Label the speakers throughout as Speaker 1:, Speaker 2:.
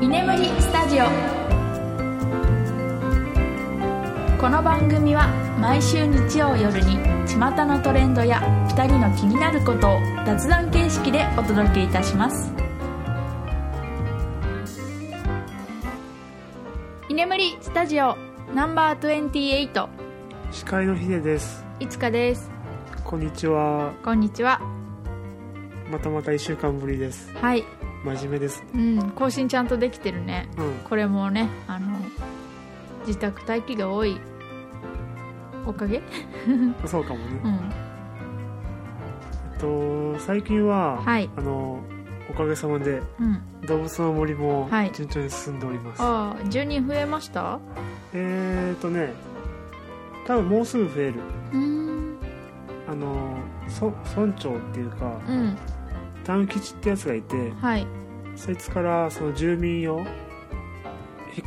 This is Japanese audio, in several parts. Speaker 1: スタジオこの番組は毎週日曜夜に巷のトレンドや2人の気になることを雑談形式でお届けいたします居眠りスタジオナンバー28
Speaker 2: 司会のヒデです
Speaker 1: いつかです
Speaker 2: こんにちは
Speaker 1: こんにちは
Speaker 2: またまた1週間ぶりです
Speaker 1: はい
Speaker 2: 真面目です
Speaker 1: うん更新ちゃんとできてるね
Speaker 2: うん
Speaker 1: これもねあの自宅待機が多いおかげ
Speaker 2: そうかもね、
Speaker 1: うん
Speaker 2: えっと最近は、
Speaker 1: はい
Speaker 2: あのおかげさまで
Speaker 1: うん
Speaker 2: 動物の森も
Speaker 1: はい
Speaker 2: 順調に進んでおります、
Speaker 1: ああ10人増えました
Speaker 2: えーとね多分もうすぐ増える
Speaker 1: うん
Speaker 2: あのそ村長っていうか
Speaker 1: うん
Speaker 2: 短吉ってやつがいて
Speaker 1: はい
Speaker 2: そいつからその住民用引っ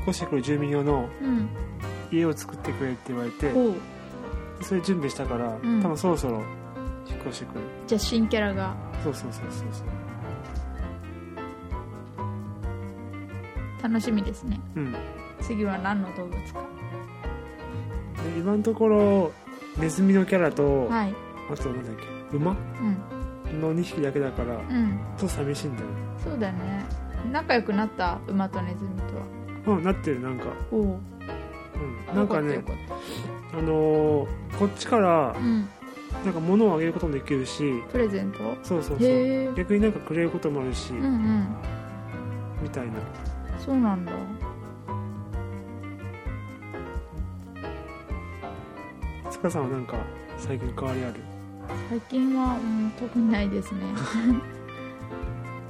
Speaker 2: 越してくる住民用の
Speaker 1: うん
Speaker 2: 家を作ってくれって言われて
Speaker 1: おう
Speaker 2: それ準備したから、
Speaker 1: ん
Speaker 2: 多分そろそろ引っ越してくる
Speaker 1: じゃあ新キャラが
Speaker 2: そうそうそうそうそう
Speaker 1: 楽しみですね
Speaker 2: うんで
Speaker 1: 次は何の動物か
Speaker 2: 今のところネズミのキャラと、
Speaker 1: はい
Speaker 2: あとなんだっけ馬
Speaker 1: うん
Speaker 2: の2匹だけだから、ちょ
Speaker 1: うん
Speaker 2: っと寂しいんだよね
Speaker 1: そうだね仲良くなった馬とネズミとは
Speaker 2: うんなってるなんか
Speaker 1: おお
Speaker 2: うんなんかね
Speaker 1: よかったよかっ
Speaker 2: あのーこっちから
Speaker 1: たうん
Speaker 2: なんか物をあげることもできるし
Speaker 1: プレゼント
Speaker 2: そうそうそう
Speaker 1: へえ
Speaker 2: 逆になんかくれることもあるし、
Speaker 1: うんうん
Speaker 2: みたいな
Speaker 1: そうなんだ
Speaker 2: 塚さんはなんか最近変わりある
Speaker 1: 最近は、うん、特にないです ね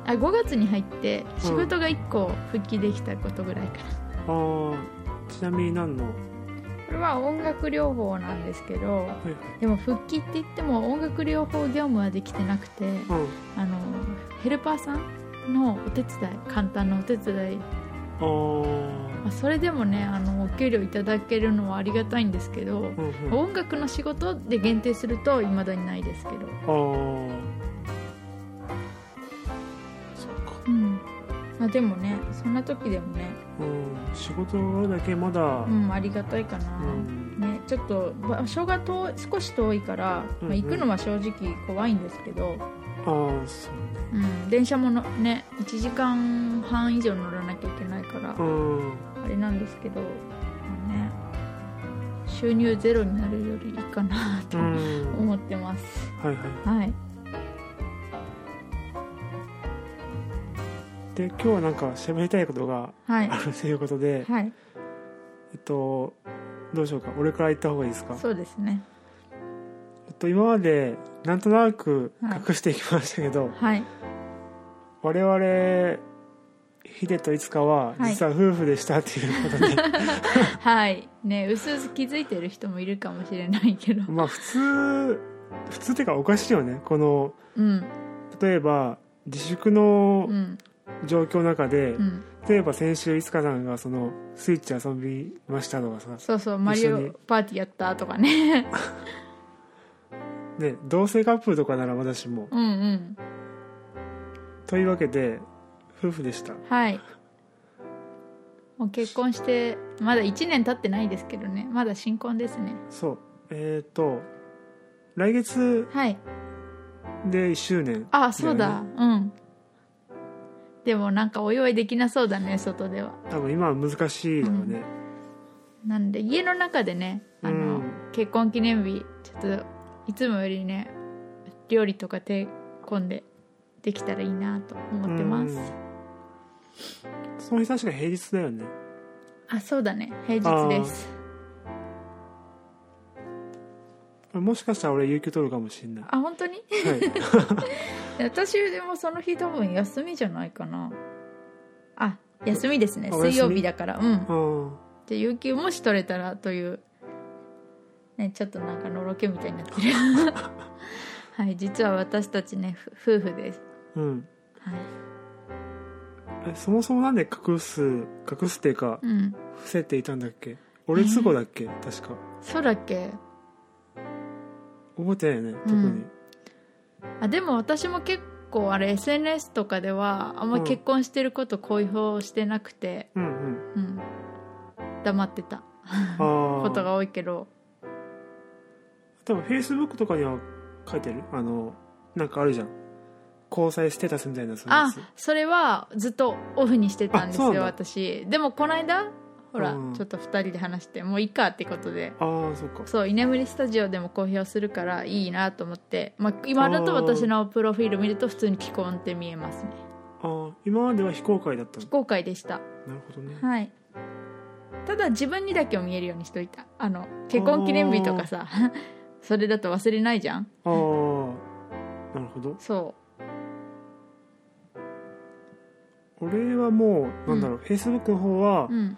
Speaker 1: あ5月に入って仕事が1個復帰できたことぐらいかな、
Speaker 2: あーちなみに何のはい
Speaker 1: これは音楽療法なんですけど
Speaker 2: はい
Speaker 1: でも復帰って言っても音楽療法業務はできてなくて
Speaker 2: うん
Speaker 1: あのヘルパーさんのお手伝い簡単なお手伝い、
Speaker 2: あー
Speaker 1: まあ、それでもねあのお給料いただけるのはありがたいんですけど
Speaker 2: うんうん
Speaker 1: 音楽の仕事で限定すると未だにないですけど、
Speaker 2: あーそっか
Speaker 1: うんまあ、でもねそんな時でもね
Speaker 2: うん仕事だけまだ
Speaker 1: うん、ありがたいかな、
Speaker 2: うん
Speaker 1: ね、ちょっと場所が遠い少し遠いから、
Speaker 2: うんうん
Speaker 1: まあ、行くのは正直怖いんですけど、
Speaker 2: ああそう
Speaker 1: うん、電車ものね1時間半以上乗らなきゃいけないから、
Speaker 2: うん
Speaker 1: あれなんですけど、まあね、収入ゼロになるよりいいかな
Speaker 2: う
Speaker 1: と
Speaker 2: ん
Speaker 1: 思ってます、
Speaker 2: はいは
Speaker 1: はい
Speaker 2: いで今日はなんか喋りたいことが
Speaker 1: はい
Speaker 2: あるということで
Speaker 1: はい
Speaker 2: えっとどうしようか俺から言った方がいいですか
Speaker 1: そうですね
Speaker 2: えっと今までなんとなく
Speaker 1: はい
Speaker 2: 隠していきましたけど
Speaker 1: はい
Speaker 2: 我々ヒデといつかは
Speaker 1: はい
Speaker 2: 実は夫婦でしたってい うことで
Speaker 1: はいねうすうす気づいてる人もいるかもしれないけど
Speaker 2: まあ普通普通っていうかおかしいよねこの
Speaker 1: うん
Speaker 2: 例えば自粛の
Speaker 1: うん
Speaker 2: 状況の中で
Speaker 1: うん
Speaker 2: 例えば先週いつかさんがそのスイッチ遊びましたとかさ
Speaker 1: そうそうマリ
Speaker 2: 一緒
Speaker 1: オ
Speaker 2: に
Speaker 1: パーティーやったとか ね
Speaker 2: ね、同性カップルとかならまだしも。
Speaker 1: うんうん
Speaker 2: というわけで、夫婦でした。
Speaker 1: はいもう結婚してまだ1年経ってないですけどねまだ新婚ですね
Speaker 2: そう。えっ、と、来月
Speaker 1: はい
Speaker 2: で1周年、
Speaker 1: あそうだうんでもなんかお祝いできなそうだね外では
Speaker 2: 多分今は難しいだろうね。
Speaker 1: なんで家の中でねあの、
Speaker 2: うん
Speaker 1: 結婚記念日ちょっといつもよりね料理とか手込んでできたらいいなと思ってます、
Speaker 2: うんその日確か平日だよね。
Speaker 1: あそうだね平日です
Speaker 2: もしかしたら俺、有給取るかもし れない。は
Speaker 1: あ本当に
Speaker 2: い。
Speaker 1: 私でもその日多分休みじゃないかなあ休みですね
Speaker 2: あお休み
Speaker 1: 水曜日だからうん
Speaker 2: うん。
Speaker 1: で有給もし取れたらというねちょっとなんかのろけみたいにな ってるはい実は私たちねふ夫婦です、
Speaker 2: うん。
Speaker 1: はい
Speaker 2: えそもそもなんで隠す、隠すっていうか、
Speaker 1: うん、
Speaker 2: 伏せていたんだっけ俺都合だっけ確か。
Speaker 1: そうだっけ
Speaker 2: 覚えてないよね、特
Speaker 1: う
Speaker 2: に。
Speaker 1: んあでも私も結構あれ SNS とかではあんま
Speaker 2: うん
Speaker 1: 結婚してること公表してなくて、
Speaker 2: うんうん
Speaker 1: うん黙ってた
Speaker 2: あー
Speaker 1: ことが多いけど
Speaker 2: 多分フェイスブックとかには書いてるあのなんかあるじゃん交際ステータスみたいなそういうや
Speaker 1: あ
Speaker 2: つ
Speaker 1: それはずっとオフにしてたんです
Speaker 2: あそうなん
Speaker 1: よ
Speaker 2: だ
Speaker 1: 私でもこの間ほら、
Speaker 2: うん
Speaker 1: ちょっと2人で話してもういいかってことで
Speaker 2: ああそっか
Speaker 1: そう居眠りスタジオでも公表するからいいなと思って、まあ、今だと私のプロフィール見ると普通に既婚って見えますね
Speaker 2: あー今までは非公開だったの
Speaker 1: 非公開でした
Speaker 2: なるほどね
Speaker 1: はいただ自分にだけを見えるようにしといたあの結婚記念日とかさ それだと忘れないじゃん
Speaker 2: ああーなるほど
Speaker 1: そ
Speaker 2: 俺はもうなんだろう、フェイスブックの方は
Speaker 1: うう、ん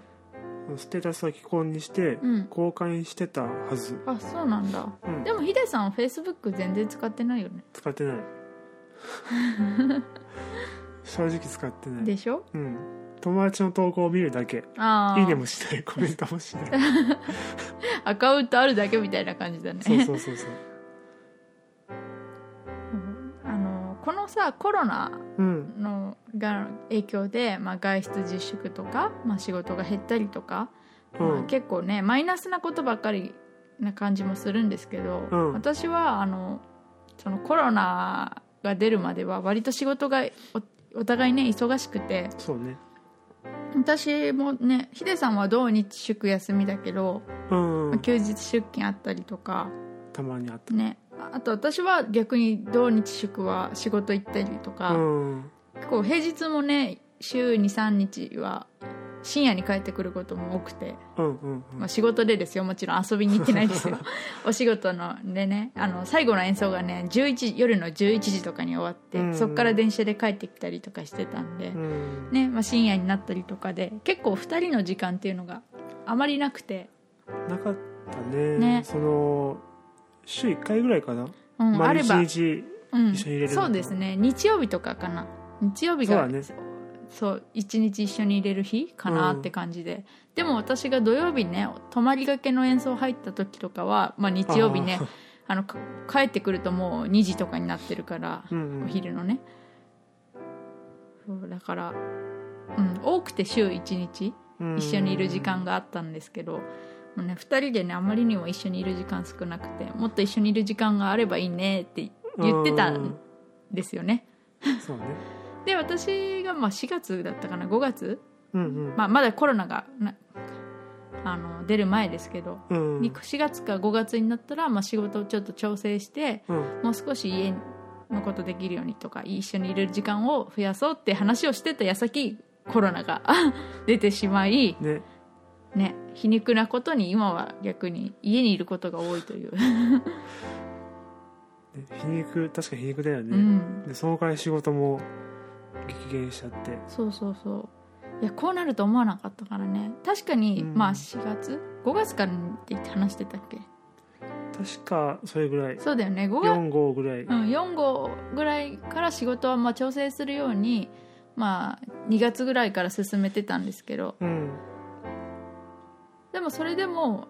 Speaker 2: ステータスは既婚にして、
Speaker 1: うん
Speaker 2: 公開してたはず、
Speaker 1: あそうなんだ
Speaker 2: うん、
Speaker 1: でもヒデさんはフェイスブック全然使ってないよね
Speaker 2: 使っ てない正直使ってない
Speaker 1: でしょ
Speaker 2: うん友達の投稿を見るだけ
Speaker 1: ああ
Speaker 2: いいねもしないコメントもしない
Speaker 1: アカウントあるだけみたいな感じだね
Speaker 2: そうそうそうそう
Speaker 1: うんあのこのさコロナ
Speaker 2: うん
Speaker 1: のが影響で、まあ、外出自粛とか、まあ、仕事が減ったりとか、
Speaker 2: う
Speaker 1: まあ
Speaker 2: ん
Speaker 1: 結構ねマイナスなことばっかりな感じもするんですけど、
Speaker 2: うん
Speaker 1: 私はあのそのコロナが出るまでは割と仕事がおお互いね忙しくて
Speaker 2: そうね
Speaker 1: 私もねヒデさんは土日祝休みだけど、
Speaker 2: うん、
Speaker 1: まあ休日出勤あったりとか、
Speaker 2: たまにあっ
Speaker 1: ねああと私は逆に土日祝は仕事行ったりと
Speaker 2: た
Speaker 1: か、
Speaker 2: うん
Speaker 1: 結構平日もね週23日は深夜に帰ってくることも多くて、
Speaker 2: うんうんうん
Speaker 1: まあ、仕事でですよもちろん遊びに行ってないです よお仕事のでねあの最後の演奏がね11時夜の11時とかに終わって、
Speaker 2: うん
Speaker 1: そっから電車で帰ってきたりとかしてたんで、
Speaker 2: うん
Speaker 1: ねまあ、深夜になったりとかで結構2人の時間っていうのがあまりなくて、
Speaker 2: なかったね
Speaker 1: ね
Speaker 2: その週1回ぐらいかな、
Speaker 1: うん、あ
Speaker 2: 毎
Speaker 1: れ
Speaker 2: 日
Speaker 1: ば、うん、
Speaker 2: 日一緒に入れるのか
Speaker 1: そうですね日曜日とかかな日曜日が
Speaker 2: そうだね
Speaker 1: そう一日一緒に入れる日かな
Speaker 2: うん
Speaker 1: って感じで、でも私が土曜日ね泊まりがけの演奏入った時とかは、まあ、日曜日ね
Speaker 2: あー
Speaker 1: あのか帰ってくるともう2時とかになってるから、
Speaker 2: うんうん
Speaker 1: お昼のねそうだから、うん、多くて週1日
Speaker 2: うん
Speaker 1: 一緒にいる時間があったんですけど、もうね、2人でねあまりにも一緒にいる時間少なくてもっと一緒にいる時間があればいいねって言ってた
Speaker 2: うんん
Speaker 1: ですよね
Speaker 2: そうね
Speaker 1: で私がまあ4月だったかな5月、
Speaker 2: うんうん、
Speaker 1: まあ、まだコロナがなあの出る前ですけど、
Speaker 2: うん
Speaker 1: に4月か5月になったら、まあ、仕事をちょっと調整して
Speaker 2: うん
Speaker 1: もう少し家のことできるようにとか一緒にいる時間を増やそうって話をしてた矢先コロナが 出てしまい
Speaker 2: ね
Speaker 1: ね、皮肉なことに今は逆に家にいることが多いという、
Speaker 2: ね皮肉確かに皮肉だよ
Speaker 1: う
Speaker 2: ね、
Speaker 1: ん、
Speaker 2: でその代わり仕事も激減しちゃって
Speaker 1: そうそうそういやこうなると思わなかったからね確かに、
Speaker 2: うん
Speaker 1: まあ4月5月からって言って話してたっけ
Speaker 2: 確かそれぐらい
Speaker 1: そうだよね5月、
Speaker 2: 4号ぐらい、
Speaker 1: うん、4号ぐらいから仕事はまあ調整するようにまあ2月ぐらいから進めてたんですけど
Speaker 2: うん、
Speaker 1: でもそれでも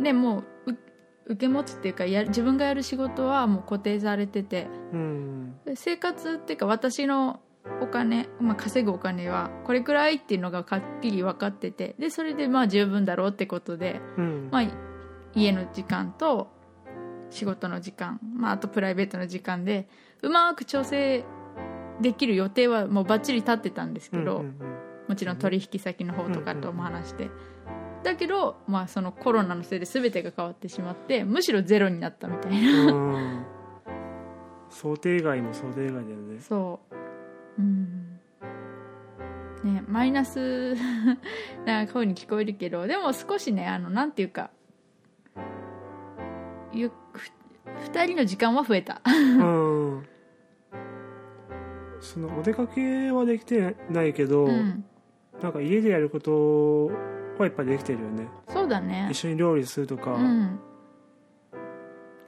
Speaker 1: ねもうう受け持つっていうかや自分がやる仕事はもう固定されてて
Speaker 2: うん
Speaker 1: 生活っていうか私のお金、まあ、稼ぐお金はこれくらいっていうのがはっきり分かっててでそれでまあ十分だろうってことで、
Speaker 2: うん
Speaker 1: まあ、家の時間と仕事の時間、まあ、あとプライベートの時間でうまく調整できる予定はもうバッチリ立ってたんですけど、
Speaker 2: うんうん
Speaker 1: もちろん取引先の方とかとも話して、だけど、まあ、そのコロナのせいで全てが変わってしまってむしろゼロになったみたいな。
Speaker 2: うんうん想定外も想定外だよね
Speaker 1: そううんねマイナス な方に聞こえるけどでも少しねあのなんていうかゆふ2人の時間は増えた
Speaker 2: うんそのお出かけはできてないけど、
Speaker 1: うん
Speaker 2: なんか家でやることはいっぱいできてるよね
Speaker 1: そうだね
Speaker 2: 一緒に料理するとか、
Speaker 1: うん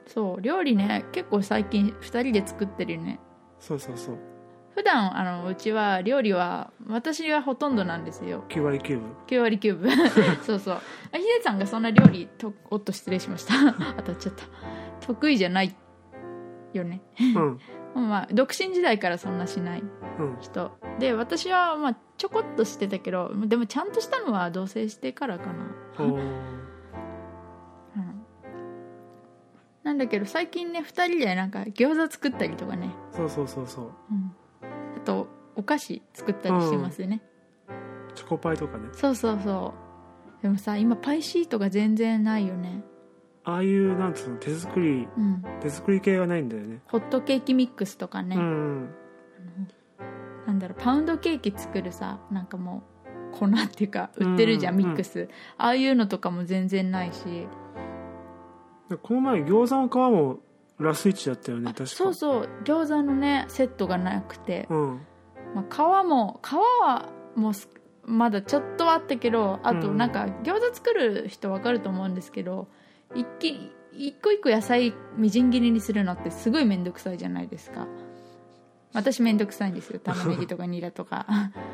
Speaker 1: そう料理ね結構最近2人で作ってるよね
Speaker 2: そうそうそう
Speaker 1: 普段あのうちは料理は私はほとんどなんですよ
Speaker 2: 9割9
Speaker 1: 9割9分そうそうあヒデさんがそんな料理とおっと失礼しました当たっちゃった得意じゃないよね
Speaker 2: 分うん
Speaker 1: まあ独身時代からそんなしない
Speaker 2: うん
Speaker 1: 人で私はまあちょこっとしてたけどでもちゃんとしたのは同棲してからかな、
Speaker 2: おー
Speaker 1: うん、なんだけど最近ね2人でなんか餃子作ったりとかね、
Speaker 2: そうそうそうそう
Speaker 1: うん、あとお菓子作ったりしてますよね、
Speaker 2: チョコパイとかね
Speaker 1: そうそうそうでもさ今パイシートが全然ないよね
Speaker 2: ああいうなんつうの手作り
Speaker 1: うん
Speaker 2: 手作り系はないんだよね
Speaker 1: ホットケーキミックスとかね、
Speaker 2: うん
Speaker 1: なんだろうパウンドケーキ作るさなんかもう粉っていうか売ってるじゃん、
Speaker 2: うん
Speaker 1: ミックス、ああいうのとかも全然ないし
Speaker 2: でこの前餃子の皮もラスイチだったよね確か
Speaker 1: そうそう餃子のねセットがなくて、
Speaker 2: うん
Speaker 1: まあ、皮も皮はもうすまだちょっとはあったけどあと
Speaker 2: うん
Speaker 1: なんか餃子作る人わかると思うんですけど一気一個一個野菜みじん切りにするのってすごい面倒くさいじゃないですか私面倒くさいんですよ玉ねぎとかニラとか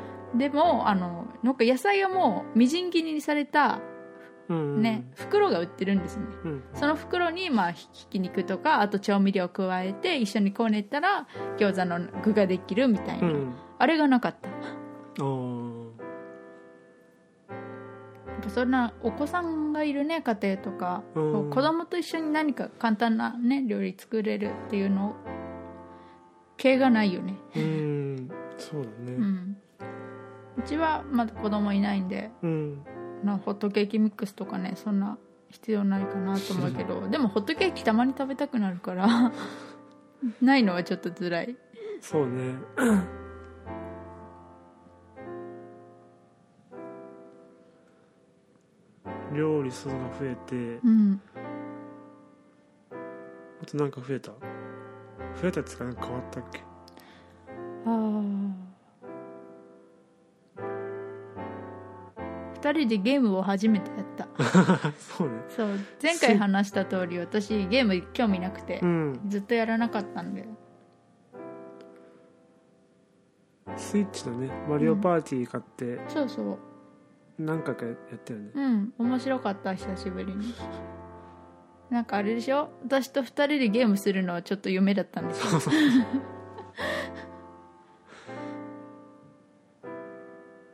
Speaker 1: でもあのなんか野菜はもうみじん切りにされた
Speaker 2: うん
Speaker 1: ね、袋が売ってるんですね
Speaker 2: うん
Speaker 1: その袋にまあひひき肉とかあと調味料を加えて一緒にこねたら餃子の具ができるみたいうな、
Speaker 2: ん
Speaker 1: あれがなかった
Speaker 2: あー
Speaker 1: やっぱそんなお子さんがいるね家庭とか、
Speaker 2: うん
Speaker 1: 子供と一緒に何か簡単なね料理作れるっていうの系がないよね
Speaker 2: うんそうだ
Speaker 1: う
Speaker 2: ね
Speaker 1: んうちはまだ子供いないんで
Speaker 2: うん
Speaker 1: なホットケーキミックスとかねそんな必要ないかなと思うけどでもホットケーキたまに食べたくなるから ないのはちょっと辛い
Speaker 2: そうね料理するのが増えて
Speaker 1: うん
Speaker 2: あとなんか増えた増えたっつうかなんか変わったっけ
Speaker 1: あー二人でゲームを初めてやった
Speaker 2: あそうね
Speaker 1: そう前回話した通り私ゲーム興味なくて、
Speaker 2: うん
Speaker 1: ずっとやらなかったんで
Speaker 2: スイッチのねマリオパーティー買って
Speaker 1: そうそう
Speaker 2: 何回かやったよね
Speaker 1: うん面白かった久しぶりになんかあれでしょ私と2人でゲームするのはちょっと夢だったんですよ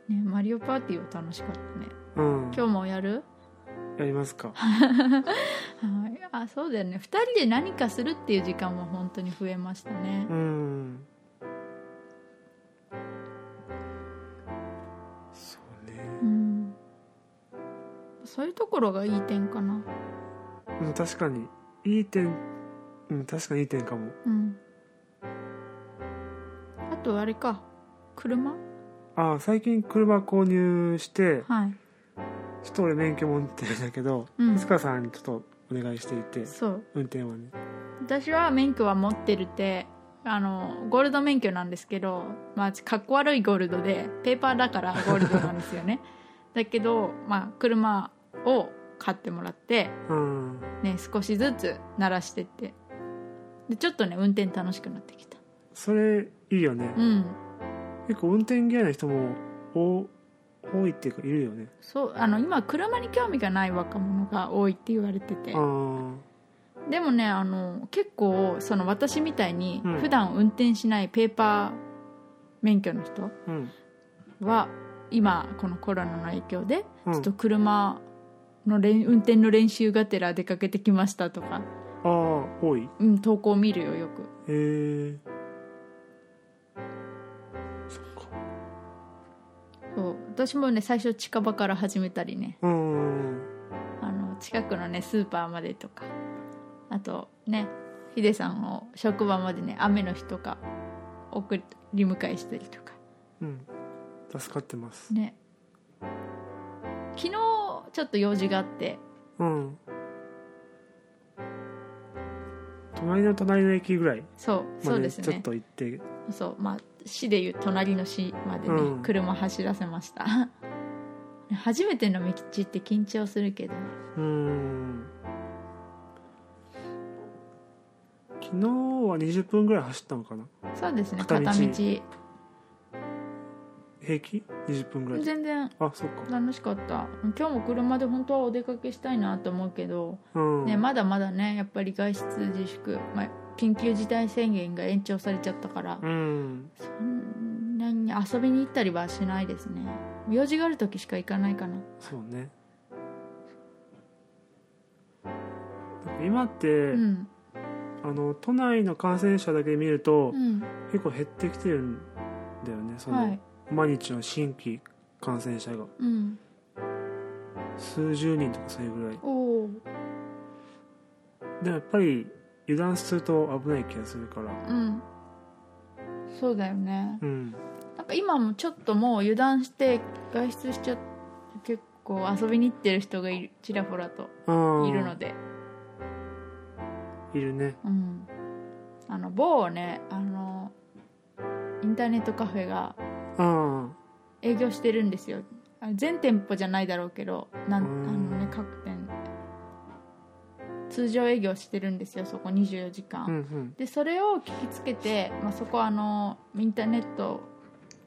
Speaker 1: ねマリオパーティーは楽しかったね
Speaker 2: うん
Speaker 1: 今日もやる
Speaker 2: やりますか
Speaker 1: はいあそうだよね2人で何かするっていう時間も本当に増えましたね
Speaker 2: うんそうね
Speaker 1: うんそういうところがいい点かな
Speaker 2: うん確かにいい点うん確かにいい点かも
Speaker 1: うんあとあれか車
Speaker 2: ああ最近車購入して
Speaker 1: はい
Speaker 2: ちょっと俺免許持ってるんだけど
Speaker 1: うん
Speaker 2: 塚、さんにちょっとお願いしていて
Speaker 1: そう
Speaker 2: 運転はね
Speaker 1: 私は免許は持ってるってあのゴールド免許なんですけど、まあ、かっこ悪いゴールドでペーパーだからゴールドなんですよ ねだけど、まあ、車を買ってもらって、
Speaker 2: うん
Speaker 1: ね、少しずつ慣らしてってでちょっとね運転楽しくなってきた
Speaker 2: それいいよね、
Speaker 1: うん
Speaker 2: 結構運転嫌いな人も多多いっていうかいるよね
Speaker 1: そうあの今車に興味がない若者が多いって言われてて
Speaker 2: あー
Speaker 1: でもねあの結構その私みたいに
Speaker 2: うん
Speaker 1: 普段運転しないペーパー免許の人
Speaker 2: うん
Speaker 1: は今このコロナの影響で
Speaker 2: うん
Speaker 1: ちょっと車のれん運転の練習がてら出かけてきましたとか、
Speaker 2: ああ多い
Speaker 1: うん、投稿見るよよく
Speaker 2: へえそっか
Speaker 1: そう私もね最初近場から始めたりね
Speaker 2: うん
Speaker 1: あの近くのねスーパーまでとかあとねヒデさんを職場までね雨の日とか送り迎えしたりとか
Speaker 2: うん助かってます
Speaker 1: ね昨日ちょっと用事があって
Speaker 2: うん隣の隣の駅ぐらい
Speaker 1: そう
Speaker 2: ま
Speaker 1: そう
Speaker 2: で
Speaker 1: です
Speaker 2: ちょっ
Speaker 1: ね
Speaker 2: と行って、
Speaker 1: そうまあ市でいう隣の市までね、
Speaker 2: うん
Speaker 1: 車走らせました 初めての道って緊張するけどね
Speaker 2: うん昨日は20分ぐらい走ったのかな
Speaker 1: そうですね
Speaker 2: 片
Speaker 1: 片
Speaker 2: 道
Speaker 1: 道
Speaker 2: 平気20分ぐらい
Speaker 1: 全然
Speaker 2: あそっか
Speaker 1: 楽しかった今日も車で本当はお出かけしたいなと思うけど
Speaker 2: うん、
Speaker 1: ね、まだまだねやっぱり外出自粛、まあ、緊急事態宣言が延長されちゃったから、
Speaker 2: うん
Speaker 1: そんなに遊びに行ったりはしないですね用事がある時しか行かないかな
Speaker 2: そうねなんか今って、
Speaker 1: うん
Speaker 2: あの都内の感染者だけ見ると、
Speaker 1: うん
Speaker 2: 結構減ってきてるんだよねその、
Speaker 1: はい
Speaker 2: 毎日の新規感染者が
Speaker 1: うん
Speaker 2: 数十人とかそれぐらい
Speaker 1: おお
Speaker 2: でもやっぱり油断すると危ない気がするから
Speaker 1: うんそうだよね
Speaker 2: うん
Speaker 1: なんか今もちょっともう油断して外出しちゃって結構遊びに行ってる人がいるちらほらと
Speaker 2: ああ
Speaker 1: いるので
Speaker 2: いるね
Speaker 1: うんあの某ねあのインターネットカフェが
Speaker 2: あ
Speaker 1: 営業してるんですよあれ全店舗じゃないだろうけどなんあ
Speaker 2: うん
Speaker 1: のね各店通常営業してるんですよそこ24時間、
Speaker 2: あうんうん
Speaker 1: でそれを聞きつけて、まあ、そこはあのインターネット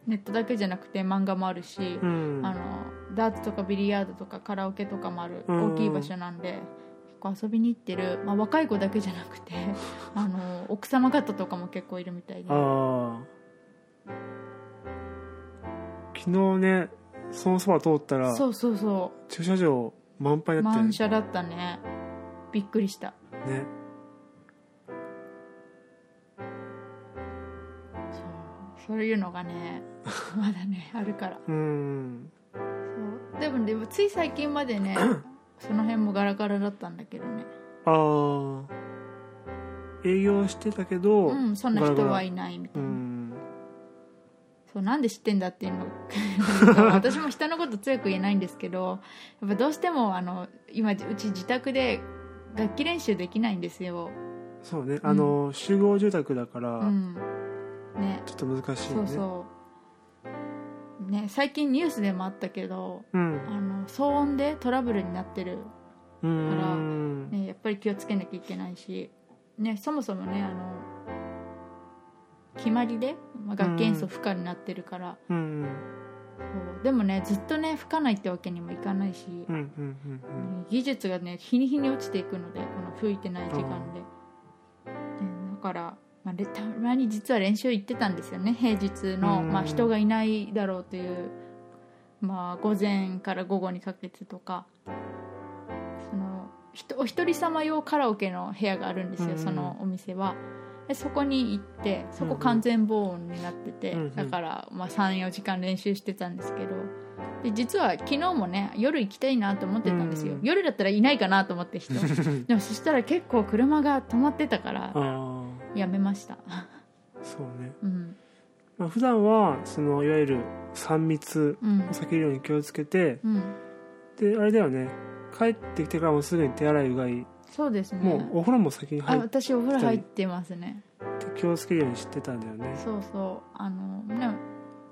Speaker 1: ネットだけじゃなくて漫画もあるし、
Speaker 2: うん
Speaker 1: あのダーツとかビリヤードとかカラオケとかもある
Speaker 2: うん
Speaker 1: 大きい場所なんで結構遊びに行ってる、まあ、若い子だけじゃなく てあの奥様方とかも結構いるみたいで
Speaker 2: ああ昨日ねそのそば通ったら
Speaker 1: そうそうそ
Speaker 2: 駐車場満杯
Speaker 1: う
Speaker 2: だったよ
Speaker 1: 満
Speaker 2: ね
Speaker 1: 車だったねびっくりした
Speaker 2: ね
Speaker 1: そうそういうのが ねまだねあるから
Speaker 2: うん
Speaker 1: そうでもでもつい最近まで ねその辺もガラガラだったんだけどね
Speaker 2: ああ営業してたけど、
Speaker 1: うんそんな
Speaker 2: ガ
Speaker 1: 人
Speaker 2: ラガ
Speaker 1: は
Speaker 2: ラ
Speaker 1: いないみた
Speaker 2: う
Speaker 1: いな、
Speaker 2: ん
Speaker 1: そうなんで知ってんだって いうのが私も人のこと強く言えないんですけどやっぱどうしてもあの今うち自宅で楽器練習できないんですよ、
Speaker 2: そうねあの、集合住宅だから、
Speaker 1: うんね、
Speaker 2: ちょっと難しい
Speaker 1: そ
Speaker 2: ね
Speaker 1: うそう、ね、最近ニュースでもあったけど
Speaker 2: うん
Speaker 1: あの騒音でトラブルになってる
Speaker 2: う
Speaker 1: から
Speaker 2: ん、
Speaker 1: ね、やっぱり気をつけなきゃいけないし、ね、そもそもねあの決まりで、まあ、楽器演奏不可になってるから、
Speaker 2: うんうん
Speaker 1: そうでもねずっとね吹かないってわけにもいかないし、
Speaker 2: うんうんうん
Speaker 1: 技術がね日に日に落ちていくのでこの吹いてない時間で、ねだから、まあ、れたまに実は練習行ってたんですよね平日の、
Speaker 2: うん
Speaker 1: まあ、人がいないだろうという、まあ、午前から午後にかけてとかそのひとお一人様用カラオケの部屋があるんですよ、
Speaker 2: うん
Speaker 1: そのお店は。でそこに行ってそこ完全防音になってて、
Speaker 2: うん
Speaker 1: だから、まあ、34時間練習してたんですけどで実は昨日もね夜行きたいなと思ってたんですよ、
Speaker 2: うん
Speaker 1: 夜だったらいないかなと思って 人
Speaker 2: うん
Speaker 1: でもそしたら結構車が止まってたから
Speaker 2: あ
Speaker 1: やめました、
Speaker 2: あそうね、
Speaker 1: うん
Speaker 2: まあ、普段はそのいわゆる3密
Speaker 1: うん
Speaker 2: を避けるように気をつけて、
Speaker 1: うん、
Speaker 2: であれだよね帰ってきてからもすぐに手洗いうがい、
Speaker 1: そうですね
Speaker 2: もうお風呂も先に
Speaker 1: あ
Speaker 2: 入って
Speaker 1: 私お風呂入ってますね
Speaker 2: 気をつけるようにしてたんだよね
Speaker 1: そうそうあのね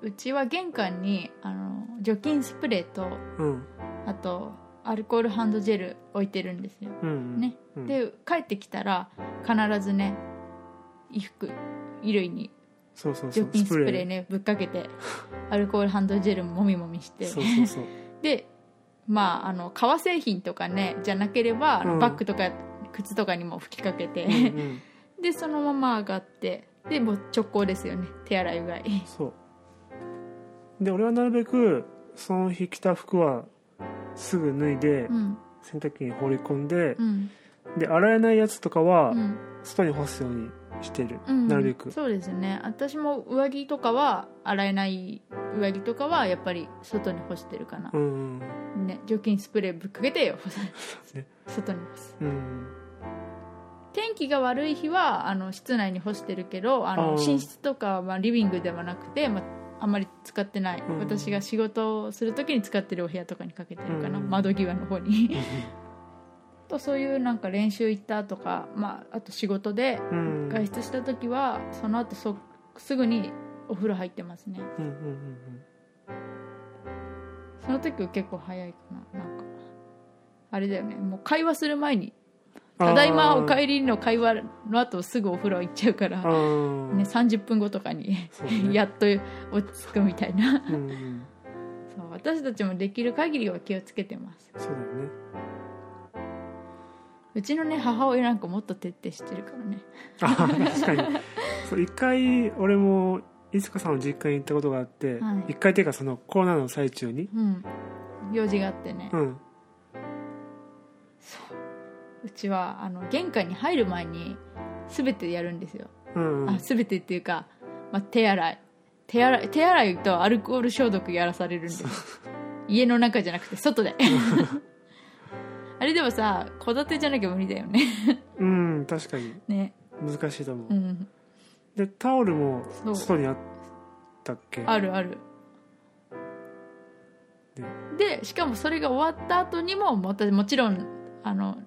Speaker 1: うちは玄関にあの除菌スプレーと
Speaker 2: うん
Speaker 1: あとアルコールハンドジェル置いてるんですよ
Speaker 2: うんうん
Speaker 1: ね
Speaker 2: うん、
Speaker 1: で帰ってきたら必ずね衣服衣類に
Speaker 2: そうそうそ
Speaker 1: 除
Speaker 2: う
Speaker 1: 菌スプレーねぶっかけて アルコールハンドジェルもみもみして
Speaker 2: そうそうそう
Speaker 1: でまああの革製品とかねじゃなければ、あの
Speaker 2: うん
Speaker 1: バッグとか靴とかにも吹きかけて、
Speaker 2: うんうん
Speaker 1: でそのまま上がってでもう直行ですよね手洗いうが い
Speaker 2: そうで俺はなるべくその日着た服はすぐ脱いで、
Speaker 1: うん
Speaker 2: 洗濯機に放り込んで
Speaker 1: う、ん
Speaker 2: で洗えないやつとかは
Speaker 1: うん
Speaker 2: 外に干すようにしてる、
Speaker 1: うん
Speaker 2: なるべく
Speaker 1: そうですね私も上着とかは洗えない上着とかはやっぱり外に干してるかな
Speaker 2: う、ん
Speaker 1: ね除菌スプレーぶっかけてよ
Speaker 2: ね
Speaker 1: 外に干す
Speaker 2: うん
Speaker 1: 天気が悪い日はあの室内に干してるけどあの
Speaker 2: あー
Speaker 1: 寝室とかはまあリビングではなくて、まあ、あんまり使ってない、
Speaker 2: うん
Speaker 1: 私が仕事をする時に使ってるお部屋とかにかけてるかな、
Speaker 2: うん
Speaker 1: 窓際の方 にとそういうなんか練習行ったとか、まあ、あと仕事で
Speaker 2: うん
Speaker 1: 外出した時はその後そすぐにお風呂入ってますね
Speaker 2: うんうんうん
Speaker 1: その時は結構早いかななんかあれだよねもう会話する前に「ただいまお帰り」の会話の後すぐお風呂行っちゃうから
Speaker 2: あー
Speaker 1: ね、30分後とかに
Speaker 2: そうね
Speaker 1: やっと落ち着くみたいな
Speaker 2: うんうん
Speaker 1: そう私たちもできる限りは気をつけてます
Speaker 2: そうだよね
Speaker 1: うちのね母親なんかもっと徹底してるからね
Speaker 2: あ確かに そう一回俺もいつかさんの実家に行ったことがあって一、
Speaker 1: はい
Speaker 2: 回っていうかそのコロナの最中に
Speaker 1: うん用事があってね、
Speaker 2: う
Speaker 1: うんちはあの玄関に入る前に全てやるんですよ、
Speaker 2: うんう
Speaker 1: あ
Speaker 2: ん
Speaker 1: 全てっていうか、まあ、手洗い手洗い手洗いとアルコール消毒やらされるんです家の中じゃなくて外 であれでもさ戸建てじゃなきゃ無理だよね
Speaker 2: うん確かに
Speaker 1: ね
Speaker 2: 難しいと思う、
Speaker 1: うん
Speaker 2: でタオルも
Speaker 1: そう
Speaker 2: 外にあったっけ
Speaker 1: あるある
Speaker 2: で
Speaker 1: でしかもそれが終わった後にもまたもちろんあの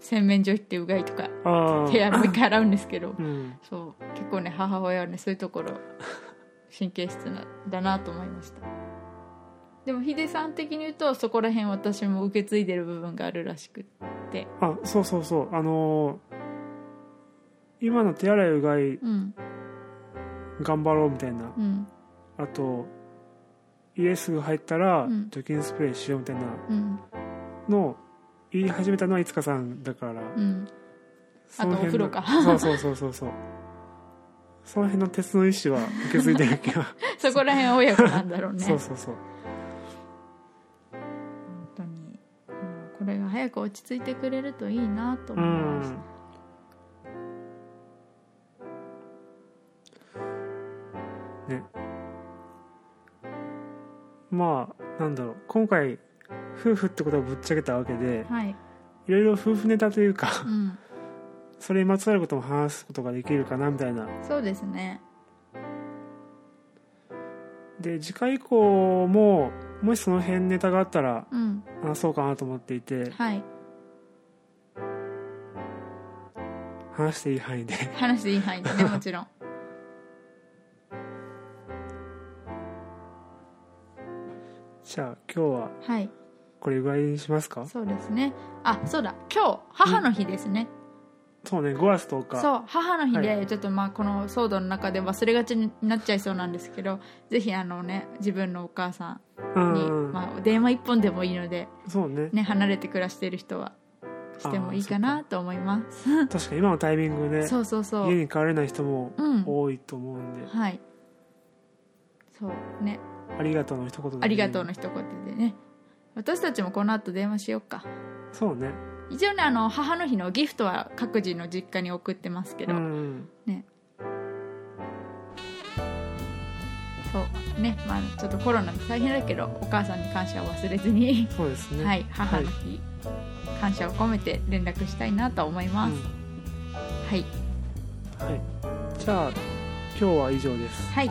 Speaker 1: 洗面所行ってうがいとか
Speaker 2: ああ
Speaker 1: 手洗いもう一回洗うんですけど
Speaker 2: うん
Speaker 1: そう結構ね母親はねそういうところ神経質なだなと思いましたでもヒデさん的に言うとそこら辺私も受け継いでる部分があるらしくって
Speaker 2: あそうそうそうあのー今の手洗いうがい
Speaker 1: うん
Speaker 2: 頑張ろうみたいな
Speaker 1: うん
Speaker 2: あと家すぐ入ったら
Speaker 1: うん
Speaker 2: 除菌スプレーしようみたいな
Speaker 1: うん
Speaker 2: のを言い始めたのはいつかさんだから、
Speaker 1: うん
Speaker 2: その辺の
Speaker 1: あとお
Speaker 2: そう そうそうそうそうその辺の鉄の意志は受け継いでる気 が、
Speaker 1: そこら辺は親子なんだろうね
Speaker 2: そうそうそう
Speaker 1: 本当に、うんこれが早く落ち着いてくれるといいなと
Speaker 2: う
Speaker 1: 思います
Speaker 2: んねまあなんだろう今回夫婦ってことをぶっちゃけたわけで
Speaker 1: はい、
Speaker 2: いろいろ夫婦ネタというか
Speaker 1: うん、
Speaker 2: それにまつわることも話すことができるかなみたいな
Speaker 1: そうですね
Speaker 2: で次回以降ももしその辺ネタがあったら
Speaker 1: うん
Speaker 2: 話そうかなと思っていて
Speaker 1: はい
Speaker 2: 話していい範囲で
Speaker 1: 話していい範囲でねもちろん
Speaker 2: じゃあ今日は
Speaker 1: はい
Speaker 2: これぐらいにしますか
Speaker 1: そうですねあそうだ今日母の日ですね、
Speaker 2: そうね5月10日
Speaker 1: そう母の日
Speaker 2: は
Speaker 1: でちょっとまあこの騒動の中で忘れがちになっちゃいそうなんですけどぜひあのね自分のお母さ
Speaker 2: うん
Speaker 1: に、
Speaker 2: んうん
Speaker 1: まあ、電話一本でもいいので、
Speaker 2: そうね
Speaker 1: ね、離れて暮らしている人はしてもいいかなと思います
Speaker 2: 確かに今のタイミングで
Speaker 1: そうそうそう
Speaker 2: 家に帰れない人も
Speaker 1: うん
Speaker 2: 多いと思うんで、
Speaker 1: はいそうね
Speaker 2: ありがとうの一言だね
Speaker 1: ありがとうの一言でね私たちもこの後電話しようか
Speaker 2: そうね
Speaker 1: 一応ねあの母の日のギフトは各自の実家に送ってますけ
Speaker 2: う
Speaker 1: ど、
Speaker 2: ん
Speaker 1: ねそうねまあちょっとコロナで大変だけどお母さんに感謝を忘れずに、
Speaker 2: そうですね
Speaker 1: はい母の日、感謝を込めて連絡したいなと思いま
Speaker 2: う
Speaker 1: す、
Speaker 2: ん
Speaker 1: はい
Speaker 2: はいじゃあ今日は以上です
Speaker 1: はい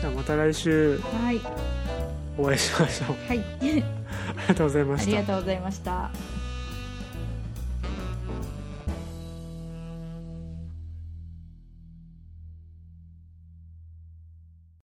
Speaker 2: じゃあまた来週
Speaker 1: はい
Speaker 2: お会いしましょう
Speaker 1: はい
Speaker 2: ありがとうございま
Speaker 1: あ
Speaker 2: し
Speaker 1: り
Speaker 2: た
Speaker 1: がとうございました